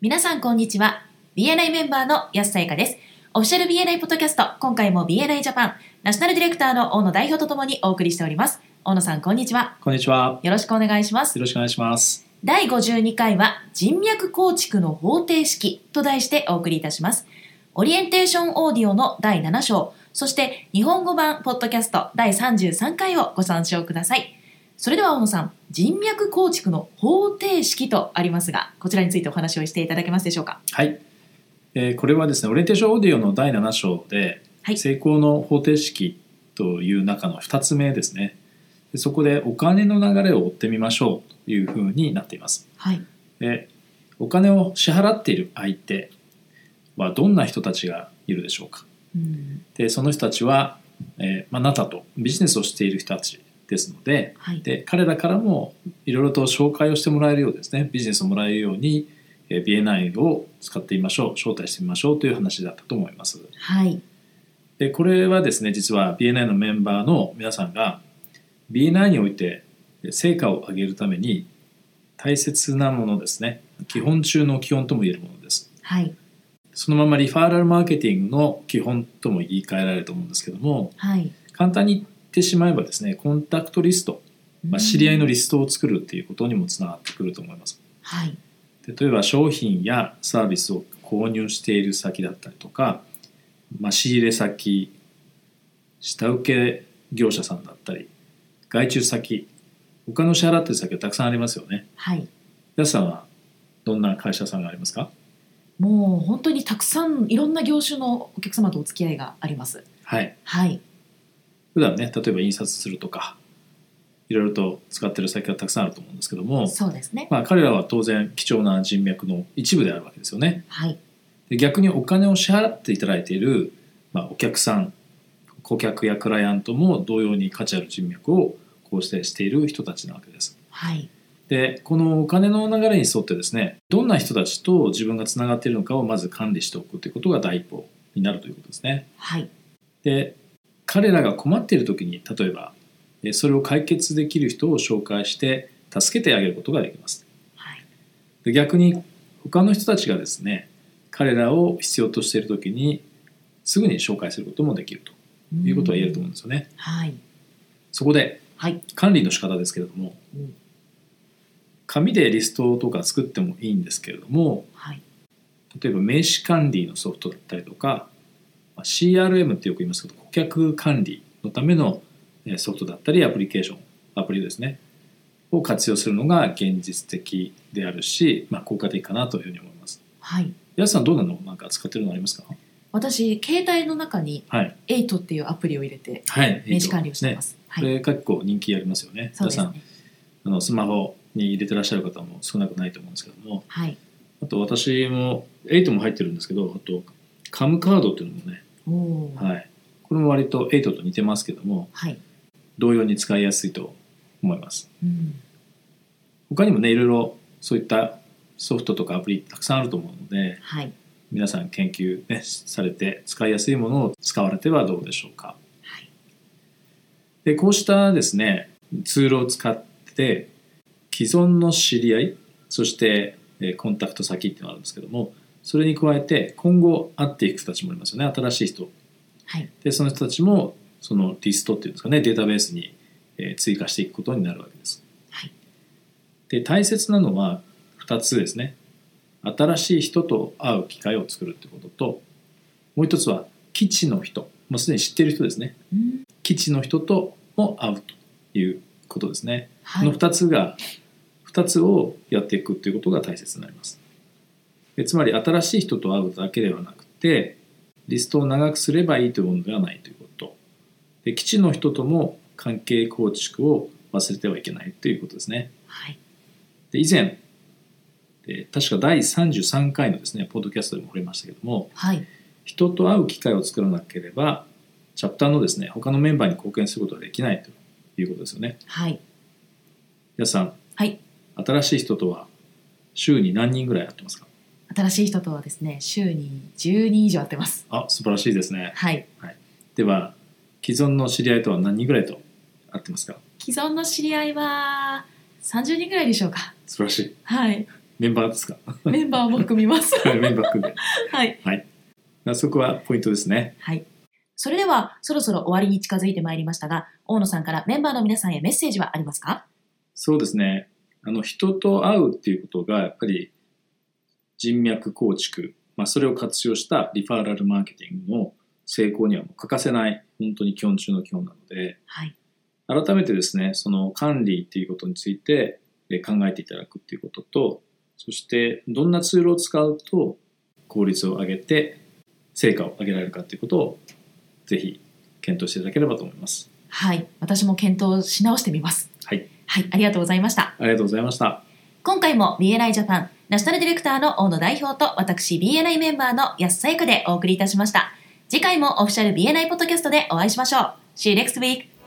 皆さんこんにちは BNI メンバーの安さゆかですオフィシャル BNI ポッドキャスト今回も BNI ジャパンナショナルディレクターの大野代表とともにお送りしております大野さんこんにちはこんにちは。よろしくお願いしますよろしくお願いします。第52回は人脈構築の方程式と題してお送りいたします。オリエンテーションオーディオの第7章、そして日本語版ポッドキャスト第33回をご参照ください。それでは大野さん、人脈構築の方程式とありますが、こちらについてお話をしていただけますでしょうか。はい。えーこれはですね、オリエンテーションオーディオの第7章で、はい成功の方程式という中の2つ目ですね。でそこでお金の流れを追ってみましょうというふうになっています。はい。で、お金を支払っている相手はどんな人たちがいるでしょうか。うん。で、その人たちは、えーまあ、あなたとビジネスをしている人たちですので、はい。で彼らからもいろいろと紹介をしてもらえるようですねビジネスをもらえるようにえー BNI を使ってみましょう招待してみましょうという話だったと思いますはい。でこれはですね実は BNI のメンバーの皆さんが BNI において成果を上げるために大切なものですね基本中の基本とも言えるものですはい。そのままリファーラルマーケティングの基本とも言い換えられると思うんですけどもはい。簡単に言ってしまえばですねコンタクトリストまあ、知り合いのリストを作るっていうことにもつながってくると思います。はい。例えば商品やサービスを購入している先だったりとか、まあ、仕入れ先下請け業者さんだったり外注先他の支払ってる先がたくさんありますよね。はい。安さんはどんな会社さんがありますかもう本当にたくさんいろんな業種のお客様とお付き合いがあります。はいはい。普段ね例えば印刷するとかいろいろと使ってる先がたくさんあると思うんですけども、そうですね。まあ、彼らは当然貴重な人脈の一部であるわけですよね。はい。で逆にお金を支払っていただいている、まあ、お客さん顧客やクライアントも同様に価値ある人脈を構成している人たちなわけです。はい。でこのお金の流れに沿ってですねどんな人たちと自分がつながっているのかをまず管理しておくということが第一歩になるということですね。はい。で彼らが困っている時に例えばえそれを解決できる人を紹介して助けてあげることができます。はい。で逆に他の人たちがですね彼らを必要としている時にすぐに紹介することもできるということは言えると思うんんですよね。はい。そこではい。管理の仕方ですけれどもうん紙でリストとか作ってもいいんですけれどもはい。例えば名刺管理のソフトだったりとかまあ CRM ってよく言いますけど顧客管理のためのえーソフトだったりアプリケーションアプリですねを活用するのが現実的であるし、まあ、効果的かなというふうに思います。はい。やすさんどうなのなんか使ってるのありますか私、携帯の中にはい8っていうアプリを入れて、はい名刺管理をしていますす。ね、こはい。れ結構人気ありますよねそうです皆さんね。あのスマホに入れてらっしゃる方も少なくないと思うんですけどもはい。あと私も8も入ってるんですけどあとカムカードっていうのもね、おお。はい、これも割と8と似てますけどもはい。同様に使いやすいと思いますうん。他にもねいろいろそういったソフトとかアプリたくさんあると思うのではい。皆さん研究、ね、されて使いやすいものを使われてはどうでしょうかはい。でこうしたですねツールを使って既存の知り合いそしてえーコンタクト先っていうのがあるんですけどもそれに加えて今後会っていく人たちもいますよね新しい人はい。でその人たちもそのリストっていうんですかねデータベースにえー追加していくことになるわけです、はいで大切なのは2つですね新しい人と会う機会を作るってことともう一つは基地の人もうすでに知っている人ですねうん。基地の人とも会うということですね、はこのい。 2つが2つをやっていくということが大切になりますでつまり新しい人と会うだけではなくてリストを長くすればいいというものではないということで基地の人とも関係構築を忘れてはいけないということですねはい。で以前えー確か第33回のですねポッドキャストでも触れましたけどもはい。人と会う機会を作らなければチャプターのですね他のメンバーに貢献することはできないということですよねはい。皆さんはい。新しい人とは週に何人ぐらい会ってますか新しい人とはですね、週に10人以上会ってます。あ素晴らしいですねはい。では既存の知り合いとは何人ぐらいと会ってますか既存の知り合いは30人ぐらいでしょうか。素晴らしいはい。メンバーですか メンバーも含みます。メンバー組んでだかはい。らそこはポイントですねはい。それでは、そろそろ終わりに近づいてまいりましたが、大野さんからメンバーの皆さんへメッセージはありますかそうですねあの人と会うっていうことがやっぱり人脈構築、まあ、それを活用したリファーラルマーケティングの成功にはもう欠かせない本当に基本中の基本なのではい。改めてですねその管理っていうことについてえー考えていただくっていうこととそしてどんなツールを使うと効率を上げて成果を上げられるかっていうことをぜひ検討していただければと思いますはい。私も検討し直してみます。はい。はい。ありがとうございました。ありがとうございました今回も BNI ジャパンナショナルディレクターの大野代表と私 BNI メンバーの安さゆかでお送りいたしました。次回もオフィシャル BNI ポッドキャストでお会いしましょう。See you next week!